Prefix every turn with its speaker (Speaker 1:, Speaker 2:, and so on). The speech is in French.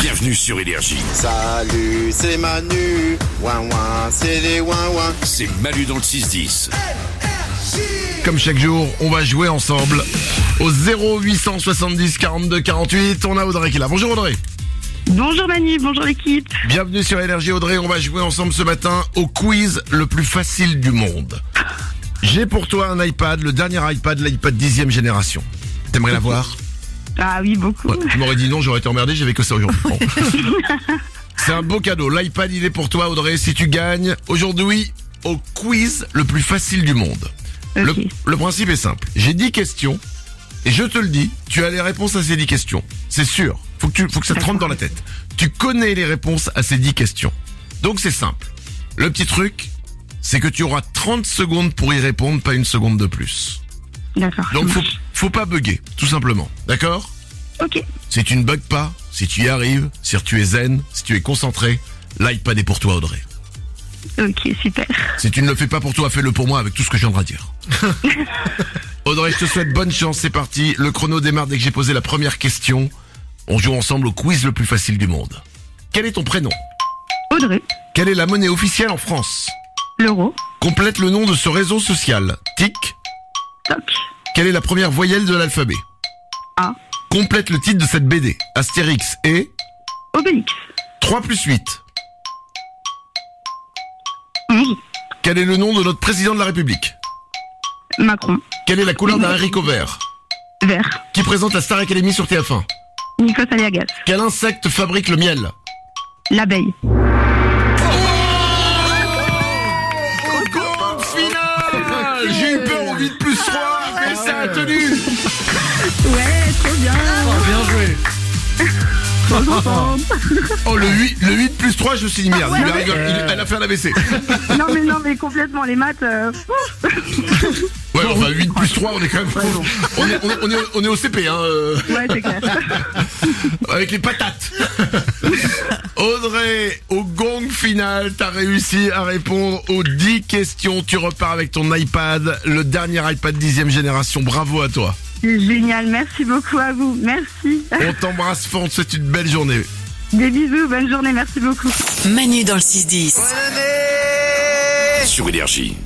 Speaker 1: Bienvenue sur Énergie.
Speaker 2: Salut, c'est Manu. Ouin ouin, c'est les ouin ouin.
Speaker 1: C'est Malu dans le 6-10.
Speaker 3: Comme chaque jour, on va jouer ensemble au 0870 42 48. On a Audrey qui est là. Bonjour Audrey.
Speaker 4: Bonjour Manu, bonjour l'équipe.
Speaker 3: Bienvenue sur Énergie Audrey. On va jouer ensemble ce matin au quiz le plus facile du monde. J'ai pour toi un iPad, le dernier iPad, l'iPad 10 génération. T'aimerais l'avoir
Speaker 4: Ah oui, beaucoup.
Speaker 3: Ouais, Tu m'aurais dit non, j'aurais été emmerdé, j'avais que ça aujourd'hui. Bon. C'est un beau cadeau. L'iPad, il est pour toi Audrey. Si tu gagnes aujourd'hui au quiz le plus facile du monde. Le,
Speaker 4: Ok.
Speaker 3: le principe est simple. J'ai 10 questions et je te le dis, tu as les réponses à ces 10 questions. C'est sûr. Faut que, tu, faut que ça te rentre dans la tête. Tu connais les réponses à ces 10 questions. Donc c'est simple. Le petit truc, c'est que tu auras 30 secondes pour y répondre, pas une seconde de plus.
Speaker 4: D'accord.
Speaker 3: Donc
Speaker 4: ça
Speaker 3: faut,
Speaker 4: marche.
Speaker 3: faut pas bugger, tout simplement. D'accord
Speaker 4: Ok,
Speaker 3: Si tu ne bugs pas, si tu y arrives, si tu es zen, si tu es concentré, l'iPad est pour toi Audrey.
Speaker 4: ok, super.
Speaker 3: Si tu ne le fais pas pour toi, fais-le pour moi avec tout ce que je viendrai dire. Audrey, je te souhaite bonne chance, c'est parti. Le chrono démarre dès que j'ai posé la première question. On joue ensemble au quiz le plus facile du monde. Quel est ton prénom
Speaker 4: Audrey,
Speaker 3: Quelle est la monnaie officielle en France
Speaker 4: l'euro,
Speaker 3: Complète le nom de ce réseau social. Tic.
Speaker 4: toc,
Speaker 3: Quelle est la première voyelle de l'alphabet
Speaker 4: A,
Speaker 3: Complète le titre de cette BD. Astérix et
Speaker 4: Obélix,
Speaker 3: 3 plus 8.
Speaker 4: onze,
Speaker 3: Quel est le nom de notre président de la République
Speaker 4: Macron,
Speaker 3: Quelle est la couleur d'un haricot vert
Speaker 4: vert,
Speaker 3: Qui présente la Star Academy sur TF1
Speaker 4: Nikos Aliagas,
Speaker 3: Quel insecte fabrique le miel
Speaker 4: l'abeille.
Speaker 3: Seconde finale J'ai eu peur au vide plus 3, mais ça a tenu
Speaker 4: Ouais, trop bien.
Speaker 3: Ah, Bien joué
Speaker 4: Trop contente.
Speaker 3: Oh, le 8, le 8 plus 3, je me suis dit merde, il a rigolé, il- elle a fait un AVC.
Speaker 4: non mais non mais complètement les maths. euh, ouf.
Speaker 3: Ouais, enfin, 8 plus 3, on est quand même... On est, on est, on est, on est au CP, hein, euh,
Speaker 4: ouais c'est clair.
Speaker 3: avec les patates Audrey, au gong final, t'as réussi à répondre aux 10 questions. Tu repars avec ton iPad, le dernier iPad 10ème génération. Bravo à toi
Speaker 4: C'est Génial, merci beaucoup à vous. Merci.
Speaker 3: On t'embrasse fort, on te souhaite une belle journée.
Speaker 4: Des bisous, bonne journée, merci beaucoup.
Speaker 5: Manu dans le 6-10.
Speaker 1: Sur Énergie.